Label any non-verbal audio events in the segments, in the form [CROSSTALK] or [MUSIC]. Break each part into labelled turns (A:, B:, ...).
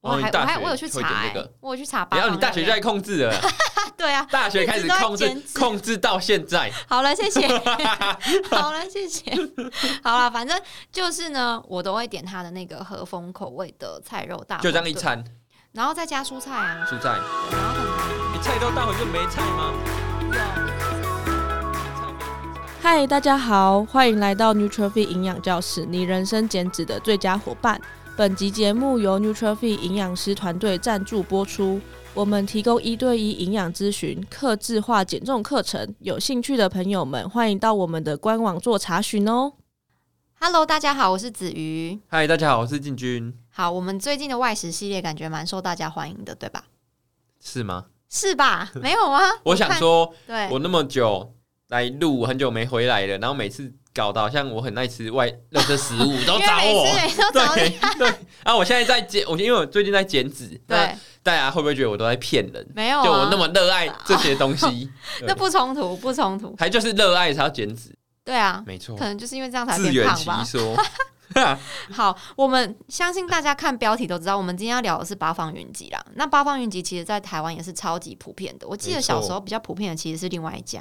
A: 我
B: 哦你
A: 还、
B: 大
A: 我还
B: 学
A: 我有去查、
B: 会点
A: 欸，
B: 那个
A: 我有去查八
B: 然
A: 方热
B: 后
A: 量。
B: 你大学就在控制了，
A: 对啊，
B: 大学开始控
A: 一直都在
B: 制
A: 减脂
B: 控制到现在，
A: 好了，谢
B: [LAUGHS]
A: 谢。好了，谢谢。好了，反正就是呢，我都会点他的那个和风口味的菜肉大，
B: 就这样一，餐
A: 然后再加蔬菜啊，
B: 蔬菜，
A: 然后很
B: 你菜都大回就没菜吗？
C: 嗨，大家好，欢迎来到 Nutrify 营养教室，你人生减脂的最佳伙伴。本集节目由 Nutrify 营养师团队赞助播出。我们提供一对一营养咨询、客制化减重课程，有兴趣的朋友们欢迎到我们的官网做查询哦。
A: Hello，大家好，我是子瑜。
B: 嗨，大家好，我是进军，
A: 好，我们最近的外食系列感觉蛮受大家欢迎的，对吧？
B: 是吗？
A: 是吧？没有吗？
B: [LAUGHS] 我想
A: 看，哎
B: 说，
A: 对，
B: 我那么久来录，很久没回来了，然后每次搞得好像我很爱吃外热食食物，都
A: 因为
B: 找
A: 每次
B: 我。
A: 每次都找
B: 对
A: 你，
B: 对，啊，我现在在减，我因为我最近在减脂，那
A: 对，
B: 大家会不会觉得我都在骗人？
A: 没有、啊，
B: 就我那么热爱这些东西，对
A: 那不冲突，不冲突，
B: 还就是热爱才要减脂，
A: 对啊，
B: 没错
A: 可，能就是因为这样才
B: 自
A: 变
B: 圆
A: 胖
B: 其
A: 吧。
B: 说。
A: 好，我们相信大家看标题都知道，我们今天要聊的是八方云集啦。那八方云集其实在台湾也是超级普遍的，我记得
B: 没
A: 小
B: 错
A: 时候比较普遍的其实是另外一家，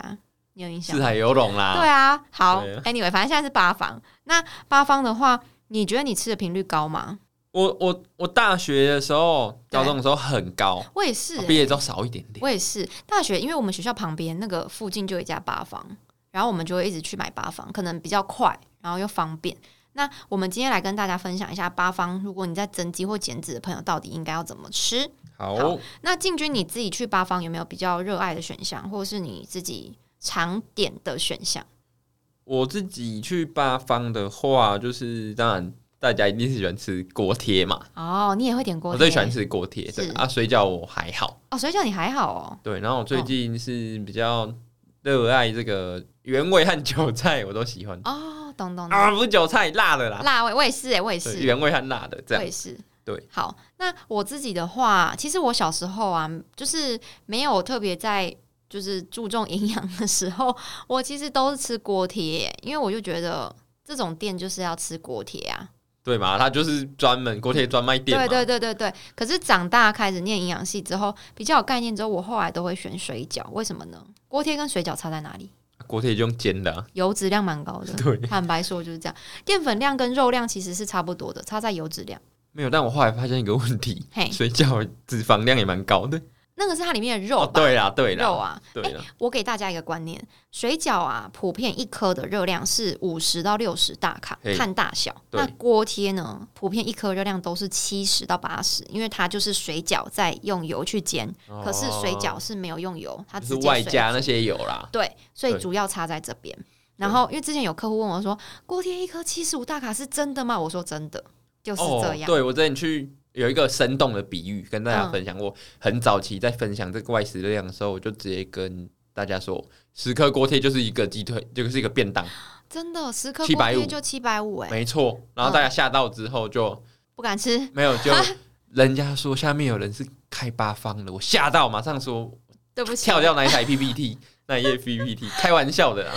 A: 你有印象
B: 四
A: 吗？
B: 海游龙啦，
A: [LAUGHS] 对啊，好
B: 对啊
A: ，anyway，反正现在是八方。那八方的话，你觉得你吃的频率高吗？
B: 我我我大学的时候，
A: 对
B: 高中的时候很高，
A: 我也是、
B: 啊
A: 欸
B: 毕业之后少一点点。
A: 我也是。大学因为我们学校旁边那个附近就有一家八方，然后我们就会一直去买八方，可能比较快，然后又方便。那我们今天来跟大家分享一下八方，如果你在增肌或减脂的朋友，到底应该要怎么吃？
B: 好
A: 好，那进军你自己去八方有没有比较热爱的选项，或者是你自己常点的选项？
B: 我自己去八方的话，就是当然大家一定是喜欢吃锅贴嘛，
A: 哦，你也会点锅
B: 我
A: 贴？
B: 最喜欢吃锅贴。
A: 是
B: 对啊，水饺我还好。
A: 哦，水饺你还好哦。
B: 对，然后我最近是比较热爱这个原味和韭菜，我都喜欢
A: 哦，懂懂懂，
B: 啊，不是韭菜辣的啦，
A: 辣味我也是哎，我也
B: 对，
A: 是，
B: 原味和辣的这
A: 我
B: 样
A: 也。是。
B: 对，
A: 好，那我自己的话，其实我小时候啊，就是没有特别在就是注重营养的时候，我其实都是吃锅贴，欸因为我就觉得这种店就是要吃锅贴啊。
B: 对嘛，它就是专门锅贴专卖店嘛。
A: 对对对对对。可是长大开始念营养系之后，比较有概念之后，我后来都会选水饺，为什么呢？锅贴跟水饺差在哪里？
B: 锅贴就用煎的啊，
A: 油脂量蛮高的，
B: [LAUGHS] 对，
A: 坦白说就是这样。淀粉量跟肉量其实是差不多的，差在油脂量。
B: 没有。但我后来发现一个问题，
A: 嘿，
B: 水饺脂肪量也蛮高的。
A: 那个是它里面的肉
B: [LAUGHS] 哦，
A: 吧？
B: 对啦，对
A: 肉
B: 啦，
A: 啊，
B: 对
A: 哎
B: 啦，
A: 我给大家一个观念，水饺啊，普遍一颗的热量是五十到六十大卡，
B: 嘿
A: 看大小。
B: 对
A: 那锅贴呢，普遍一颗热量都是七十到八十，因为它就是水饺在用油去煎，哎可是水饺
B: 哦
A: 是没有用油，它
B: 就
A: 直
B: 是
A: 接
B: 外
A: 水
B: 加那些油啦，
A: 对，所以
B: 对
A: 主要差在这边。然后，因为之前有客户问我说，锅贴一颗七十五大卡是真的吗？我说真的，就是这样。
B: 哦对我之前去有一个生动的比喻跟大家分享，我很早期在分享这个外食热量的时候，我就直接跟大家说，十颗锅贴就是一个鸡腿， [LAUGHS] 就是一个便当，
A: 真的十颗锅
B: 750
A: 贴就七百五，哎，
B: 没错。然后大家吓到之后就
A: 不敢
B: [LAUGHS]
A: 吃。
B: 没有，就人家说下面有人是开八方的，我吓到，马上说
A: 对不起，
B: 跳掉那一台 PPT。那一 [LAUGHS] 页 PPT 开玩笑的啦，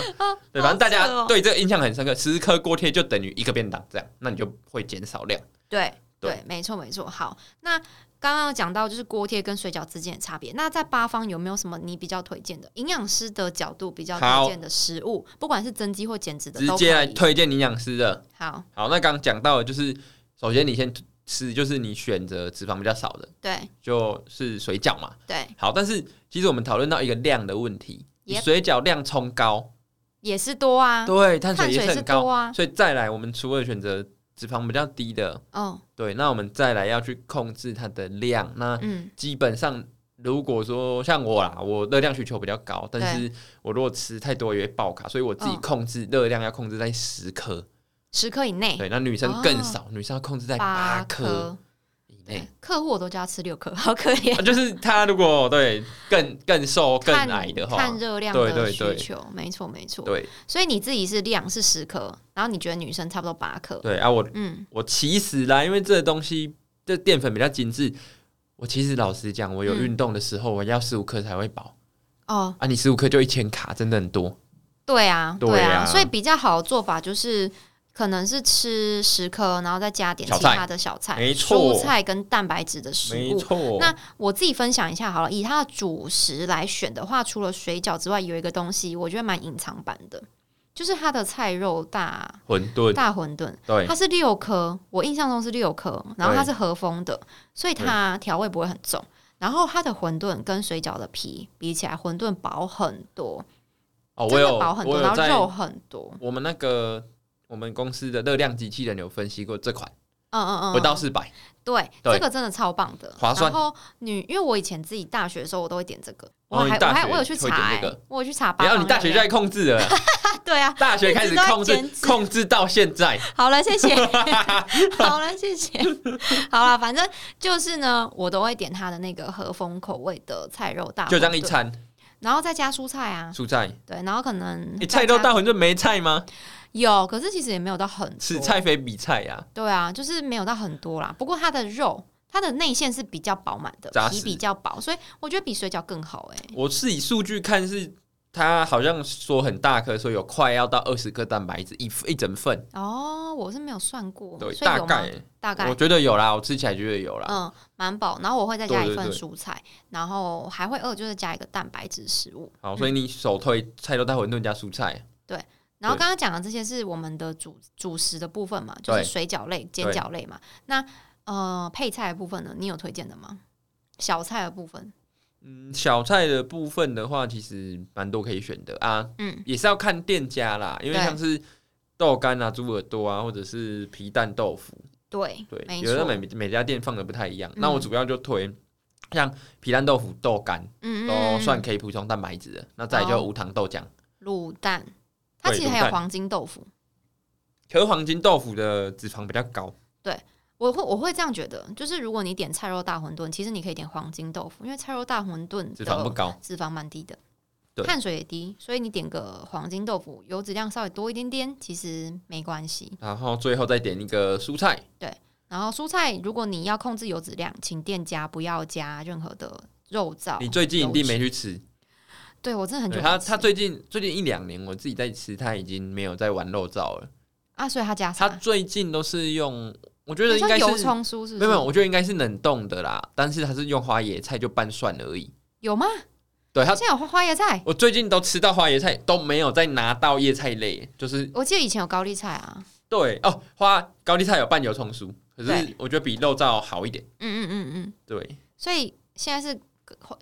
B: 对，反正大
A: 好扯
B: 家
A: 哦
B: 对这个印象很深刻。十颗锅贴就等于一个便当，这样，那你就会减少量。
A: 对
B: 对
A: 对，没错没错。好，那刚刚有讲到就是锅贴跟水饺之间的差别。那在八方有没有什么你比较推荐的营养师的角度比较推
B: 好
A: 荐的食物，不管是增肌或减脂的
B: 直
A: 都可
B: 接来
A: 以。
B: 推荐营养师的。
A: 好，
B: 好，那刚刚讲到的就是，首先你先吃，就是你选择脂肪比较少的，
A: 对
B: 就是水饺嘛。
A: 对，
B: 好，但是其实我们讨论到一个量的问题，你
A: Yep
B: 水饺量冲高，
A: 也是多啊。
B: 对，碳
A: 碳
B: 水也
A: 水
B: 是
A: 是
B: 很高，
A: 多啊
B: 所以再来，我们除了选择脂肪比较低的，
A: 哦，
B: 对，那我们再来要去控制它的量。那
A: 嗯，
B: 基本上，如果说像我啦，我热量需求比较高，但是我如果吃太多也会爆卡，所以我自己
A: 嗯
B: 控制热量要控制在十克。
A: 十克以内，
B: 对，那女生更
A: 哦
B: 少，女生要控制在八颗
A: 颗。哎
B: 以内。
A: 客户我都叫他吃六颗，好可怜
B: 啊。就是她如果对更更瘦 [LAUGHS] 更
A: 看
B: 矮的话
A: 看，热量
B: 对
A: 的
B: 对
A: 需
B: 对
A: 求，没错没错。
B: 对
A: 所以你自己是量是十颗，然后你觉得女生差不多八颗，
B: 对啊，我
A: 嗯，
B: 我其实啦，因为这个东西这淀粉比较精致，我其实老实讲，我有
A: 嗯
B: 运动的时候，我要十五克才会饱
A: 哦，
B: 啊，你十五克就一千卡，真的很多。
A: 对啊，
B: 对
A: 对啊，
B: 啊
A: 所以比较好的做法就是可能是吃十颗，然后再加点
B: 小
A: 其
B: 菜
A: 他的小菜、
B: 没错
A: 蔬菜跟蛋白质的食
B: 没
A: 物。
B: 错。
A: 那我自己分享一下好了，以它的主食来选的话，除了水饺之外，有一个东西我觉得蛮隐藏版的，就是它的菜肉大
B: 馄饨
A: 大馄饨，
B: 对
A: 它是六颗，我印象中是六颗，然后它是和风的，所以它调味不会很重。然后它的馄饨跟水饺的皮比起来，馄饨薄很多，
B: 哦，我
A: 真
B: 有
A: 的薄很
B: 我
A: 多，
B: 有
A: 然后
B: 在
A: 肉很多。
B: 我们那个我们公司的热量机器人有分析过这款，
A: 嗯嗯嗯，
B: 不到四百，
A: 对，
B: 对
A: 这个真的超棒的，
B: 划算
A: 然后女，因为我以前自己大学的时候，我都会点这个，我
B: 哦
A: 还
B: 你大
A: 我还
B: 学
A: 我有去
B: 会
A: 查、
B: 点这个
A: 欸我有去查八
B: 然
A: 方料理。
B: 后你大学就在控制了，
A: [LAUGHS] 对啊，
B: 大学开始控
A: 一直都在
B: 制
A: 减脂
B: 控制到现在，
A: 好了，谢
B: [LAUGHS]
A: 谢，好了，谢谢，好了，反正就是呢，我都会点它的那个和风口味的菜肉大，
B: 就这样一，餐
A: 然后再加蔬菜啊，
B: 蔬菜，
A: 对，然后可能
B: 你
A: 再
B: 菜都
A: 加
B: 大馄饨没菜吗？
A: 有，可是其实也没有到很多
B: 此，菜非彼菜呀，
A: 对啊，就是没有到很多啦。不过它的肉，它的内馅是比较饱满的
B: 扎，
A: 皮
B: 实
A: 比较薄，所以我觉得比水饺更好哎、欸
B: 我是以数据看是。它好像说很大颗，说有快要到二十克蛋白质一一整份，
A: 哦，我是没有算过，
B: 对，
A: 所以
B: 大
A: 有吗
B: 概？
A: 大
B: 我
A: 概
B: 觉得有啦，我吃起来觉得有啦。
A: 嗯，蛮饱。然后我会再加
B: 对
A: 一
B: 对
A: 份
B: 对
A: 蔬菜，然后还会饿，就是加一个蛋白质食物。
B: 好，所以你首推菜肉大馄饨加蔬菜，
A: 然后
B: 对
A: 刚刚讲的这些是我们的主主食的部分嘛，就是
B: 对
A: 水饺类、煎
B: 对
A: 饺类嘛。那呃，配菜的部分呢，你有推荐的吗？小菜的部分，
B: 嗯，小菜的部分的话，其实蛮多可以选的啊，
A: 嗯
B: 也是要看店家啦，因为
A: 对
B: 像是豆干啊、猪耳朵啊，或者是皮蛋豆腐，
A: 对，
B: 对，
A: 没
B: 有的
A: 错，
B: 每
A: 嗯
B: 每家店放的不太一样。
A: 嗯
B: 那我主要就推像皮蛋豆腐、豆干
A: 嗯
B: 都
A: 嗯
B: 算
A: 嗯
B: 可以补充蛋白质的，那再来就
A: 哦
B: 无糖豆浆。
A: 卤蛋，它
B: 对
A: 其实
B: 卤
A: 还有
B: 蛋
A: 黄金豆腐。
B: 可是黄金豆腐的脂肪比较高，
A: 我会我会这样觉得，就是如果你点菜肉大馄饨，其实你可以点黄金豆腐，因为菜肉大馄饨
B: 脂肪不
A: 的
B: 高，
A: 脂肪蛮低的，
B: 对
A: 碳水也低，所以你点个黄金豆腐，油脂量稍微多一点点，其实没关系。
B: 然后最后再点一个蔬菜，
A: 然后蔬菜，如果你要控制油脂量，请店家不要加任何的肉燥。
B: 你最近一定没
A: 油脂？
B: 去吃，
A: 对我真的很久
B: 对
A: 没
B: 他
A: 吃
B: 他最近最近一两年我自己在吃，他已经没有在玩肉燥了。
A: 啊，所以他加啥
B: 他？最近都是用，我觉
A: 好
B: 得应
A: 像
B: 该是
A: 油葱酥是不是？
B: 没有没有，我觉得应该是冷冻的啦，但是他是用花椰菜就拌蒜而已。
A: 有吗？
B: 对他，
A: 现在有花花椰菜，
B: 我最近都吃到花椰菜都没有再拿到叶菜类，就是
A: 我记得以前有高丽菜啊。
B: 对哦，花高丽菜有拌油葱酥，可是
A: 对
B: 我觉得比肉燥好一点。
A: 嗯嗯嗯嗯， [LAUGHS]
B: 对，
A: 所以现在是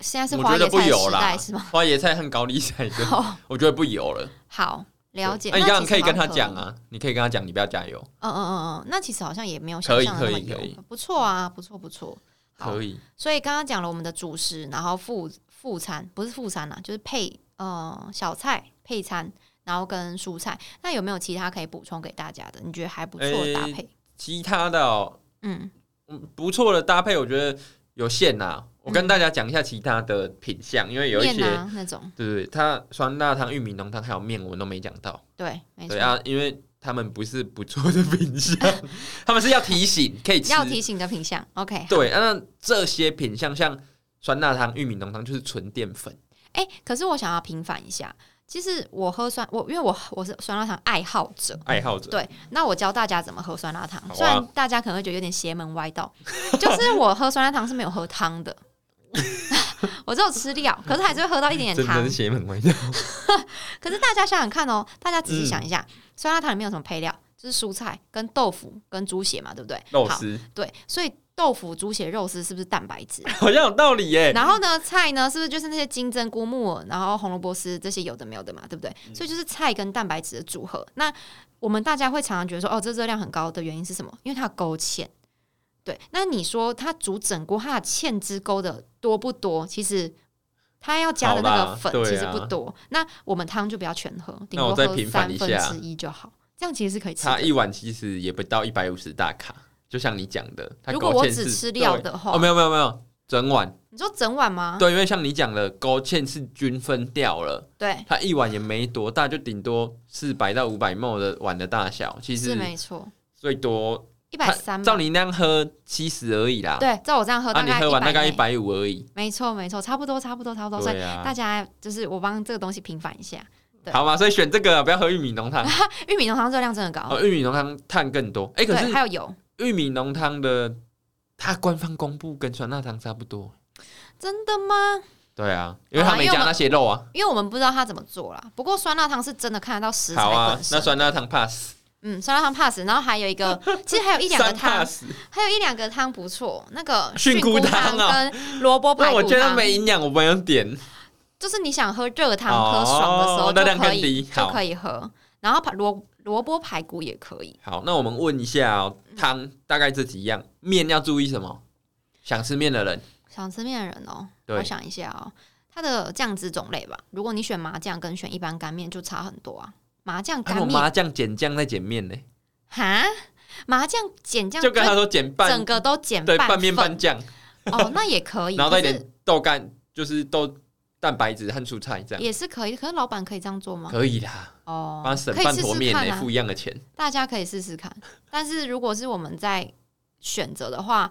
A: 现在是
B: 我
A: 花
B: 觉得
A: 椰
B: 不
A: 菜的
B: 油
A: 时
B: 啦
A: 代是吗？
B: 花椰菜和高丽菜就
A: 哦，
B: 我觉得不油了。
A: 好，了解。
B: 对那你
A: 其
B: 刚刚
A: 实
B: 哎可以跟他
A: 蛮
B: 讲
A: 合理。
B: 啊，你可以跟他讲，你不要加油，
A: 嗯嗯嗯嗯，那其实好像也没有
B: 可
A: 想
B: 以
A: 象的那
B: 可
A: 么
B: 以可以
A: 油，不错啊，不错不错。好
B: 可以。
A: 所以刚刚讲了我们的主食，然后副副餐不是副餐啦，就是配呃小菜配餐，然后跟蔬菜。那有没有其他可以补充给大家的？你觉得还不错的搭
B: 诶
A: 配？
B: 其他的哦，
A: 嗯，
B: 嗯，不错的搭配，我觉得有限呐、我跟大家讲一下其他的品相，因为有一
A: 面
B: 些，
A: 啊那种，
B: 对对对，它酸辣汤、玉米浓汤还有面，我都没讲到。
A: 对，没错
B: 对。啊，因为他们不是不错的品相， [LAUGHS] 他们是要提醒可以吃。
A: 要提醒的品相，OK。
B: 对，啊那这些品相像酸辣汤、玉米浓汤就是纯淀粉，
A: 哎、可是我想要平反一下，其实我喝酸，我因为我我是酸辣汤爱好者，
B: 爱好者。
A: 对，那我教大家怎么喝酸辣汤。
B: 好啊
A: 虽然大家可能会觉得有点邪门歪道，
B: [LAUGHS]
A: 就是我喝酸辣汤是没有喝汤的，我只有吃料，可是还是会喝到一点点
B: 真
A: 汤
B: 的是。邪门歪道，
A: 可是大家想想看哦，大家仔细
B: 嗯
A: 想一下，酸辣汤里面有什么配料？就是蔬菜、跟豆腐、跟猪血嘛，对不对？
B: 肉
A: 好，
B: 丝
A: 对，所以豆腐、猪血、肉丝是不是蛋白质？
B: 好像有道理耶。
A: 然后呢，菜呢，是不是就是那些金针菇、木耳，然后红萝卜丝这些有的没有的嘛，对不对？
B: 嗯
A: 所以就是菜跟蛋白质的组合。那我们大家会常常觉得说，哦，这热量很高的原因是什么？因为它有勾芡。对，那你说它煮整锅，它的芡汁勾的多不多？其实它要加的那
B: 好
A: 个
B: 啦
A: 粉
B: 对啊
A: 其实不多。那我们汤就不要全喝，顶
B: 那我
A: 多
B: 再
A: 喝
B: 平
A: 三
B: 反一
A: 分
B: 下
A: 之一就好。这样其实是可以吃
B: 它
A: 的。
B: 一碗其实也不到一百五十大卡，就像你讲的，它
A: 如果
B: 勾
A: 我
B: 芡
A: 只
B: 是
A: 吃料
B: 对
A: 的话，
B: 哦，没有没有没有，整碗。
A: 你说整碗吗？
B: 对，因为像你讲的，勾芡是均分掉了，
A: 对，
B: 它一碗也没多大，就顶多四百到五百 ml 的碗的大小，其
A: 是
B: 实
A: 没错，
B: 最多
A: 一百
B: 它
A: 三。
B: 照你那样喝七十而已啦。
A: 对，照我这样喝，
B: 啊，
A: 哦大
B: 你
A: 概
B: 喝完大概
A: 内
B: 一百五而已。
A: 没错，没错，差不多，差不多，差不多。所以
B: 对啊
A: 大，家就是我帮这个东西平反一下。对
B: 好吗？所以选这个，不要喝玉米浓汤。
A: 玉米浓汤热量真的高， [LAUGHS]
B: 哦，玉米浓汤碳更多。哎、可
A: 对，还
B: 是
A: 有油，
B: 玉米浓汤的，它官方公布跟酸辣汤差不多。
A: 真的吗？
B: 对啊，因为它没加那些肉啊。
A: 哦因为我们不知道它怎么做啦。不过酸辣汤是真的看得到食材
B: 好啊
A: 本，
B: 那
A: 身。
B: 酸辣汤 pass，
A: 嗯，酸辣汤 pass，然后还有一
B: [LAUGHS]
A: 个，其实还有一两个
B: 三
A: 汤，
B: pass，
A: 还有一两个汤不错，那个
B: 菌菇
A: 菇
B: 汤啊
A: 跟萝卜排
B: 那
A: 骨
B: 我觉得
A: 汤，
B: 没营养，我没有点。
A: 就是你想喝热汤
B: 哦
A: 喝爽的时候
B: 那
A: 就
B: 量
A: 可
B: 更低
A: 以就
B: 好
A: 可以喝，然后排萝萝卜排骨也可以。
B: 好，那我们问一下哦
A: 嗯
B: 汤、大概这几样，面要注意什么？想吃面的人，
A: 想吃面的人哦，
B: 对
A: 我想一下哦，它的酱汁种类吧，如果你选麻酱跟选一般干面就差很多啊。麻酱
B: 他
A: 干
B: 说
A: 面
B: 麻酱减酱再减面呢，
A: 哈，麻酱减酱
B: 就跟他说减半，
A: 整个都减
B: 对，
A: 半
B: 半面半
A: 份
B: 酱，
A: 哦，那也可以，
B: [LAUGHS] 然后再一
A: 可是
B: 点豆干，就是豆蛋白质和蔬菜这样，
A: 也是可以，可是老板可以这样做吗？
B: 可以啦，
A: 哦
B: 帮他，省
A: 可以
B: 半
A: 试
B: 坨
A: 试
B: 面
A: 看
B: 呢，
A: 啊
B: 付，一样的钱。
A: 大家可以试试看。但是如果是我们在选择的话，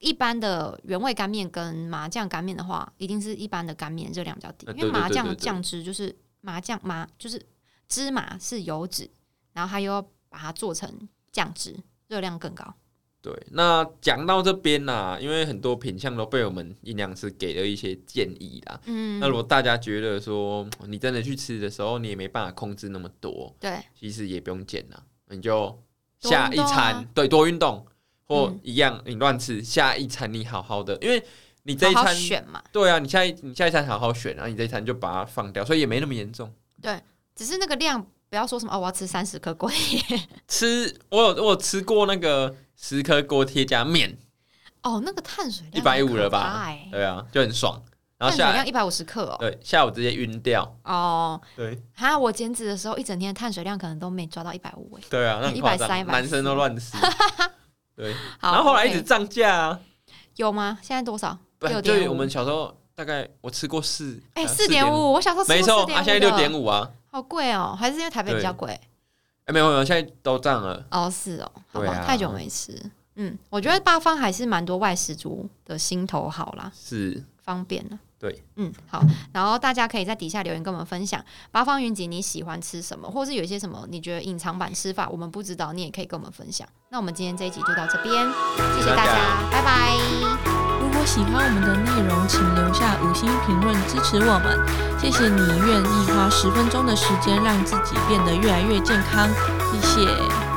A: 一般的原味干面跟麻酱干面的话，一定是一般的干面热量比较低，
B: 呃
A: 因为
B: 对对
A: 麻
B: 对
A: 酱
B: 对
A: 的
B: 对
A: 酱汁就是麻酱麻就是芝麻是油脂，然后它又要把它做成酱汁，热量更高。
B: 对，那讲到这边呢、因为很多品相都被我们营养师给了一些建议啦。
A: 嗯
B: 那，如果大家觉得说你真的去吃的时候，你也没办法控制那么多，
A: 对，
B: 其实也不用减啦，你就下
A: 多运
B: 一
A: 动
B: 餐、
A: 啊
B: 对多运动或
A: 嗯
B: 一样你乱吃，下一餐你好好的，因为你这一
A: 好
B: 餐
A: 好选嘛。
B: 对啊，你下一你下一餐好好选，然后啊你这一餐就把它放掉，所以也没那么严重。
A: 只是那个量，不要说什么哦，我要吃三十颗
B: [LAUGHS]
A: 龟
B: 吃我有我有吃过那个十颗锅贴加面，
A: 哦，那个碳水量
B: 150
A: 很可
B: 了吧
A: 怕欸
B: 对啊，就很爽。
A: 碳
B: 然后
A: 水
B: 下来
A: 量一百五十克哦。
B: 对下午直接晕掉，
A: 哦，
B: 对
A: 哈，我减脂的时候一整天的碳水量可能都没抓到一百五哎。
B: 对啊，那很夸张，
A: 130
B: 男生都乱吃。 [LAUGHS] 对，
A: 好哎
B: 然后后来一
A: OK
B: 直涨价啊，
A: 有吗？现在多少？
B: 不
A: 6.5
B: 对，我们小时候大概我吃过四，
A: 哎，
B: 呃
A: 四点，五，我小时候吃
B: 没
A: 过
B: 错，
A: 4.5
B: 啊，现在六点
A: 的，
B: 五啊，
A: 好贵哦，还是因为台北
B: 对
A: 比较贵
B: 哎，没有没有，现在都涨了。
A: 哦，是哦，好
B: 对啊
A: 吧，太久没吃。嗯，我觉得八方还是蛮多外食族的心头好啦，
B: 是，
A: 方便了。
B: 对，
A: 嗯，好，然后大家可以在底下留言跟我们分享八方云集你喜欢吃什么，或是有一些什么你觉得隐藏版吃法我们不知道，你也可以跟我们分享。那我们今天这一集就到这边，谢谢大
B: 谢谢大家
A: 家，拜拜。
C: 如果喜欢我们的内容，请留下五星评论支持我们。谢谢你愿意花十分钟的时间让自己变得越来越健康，谢谢。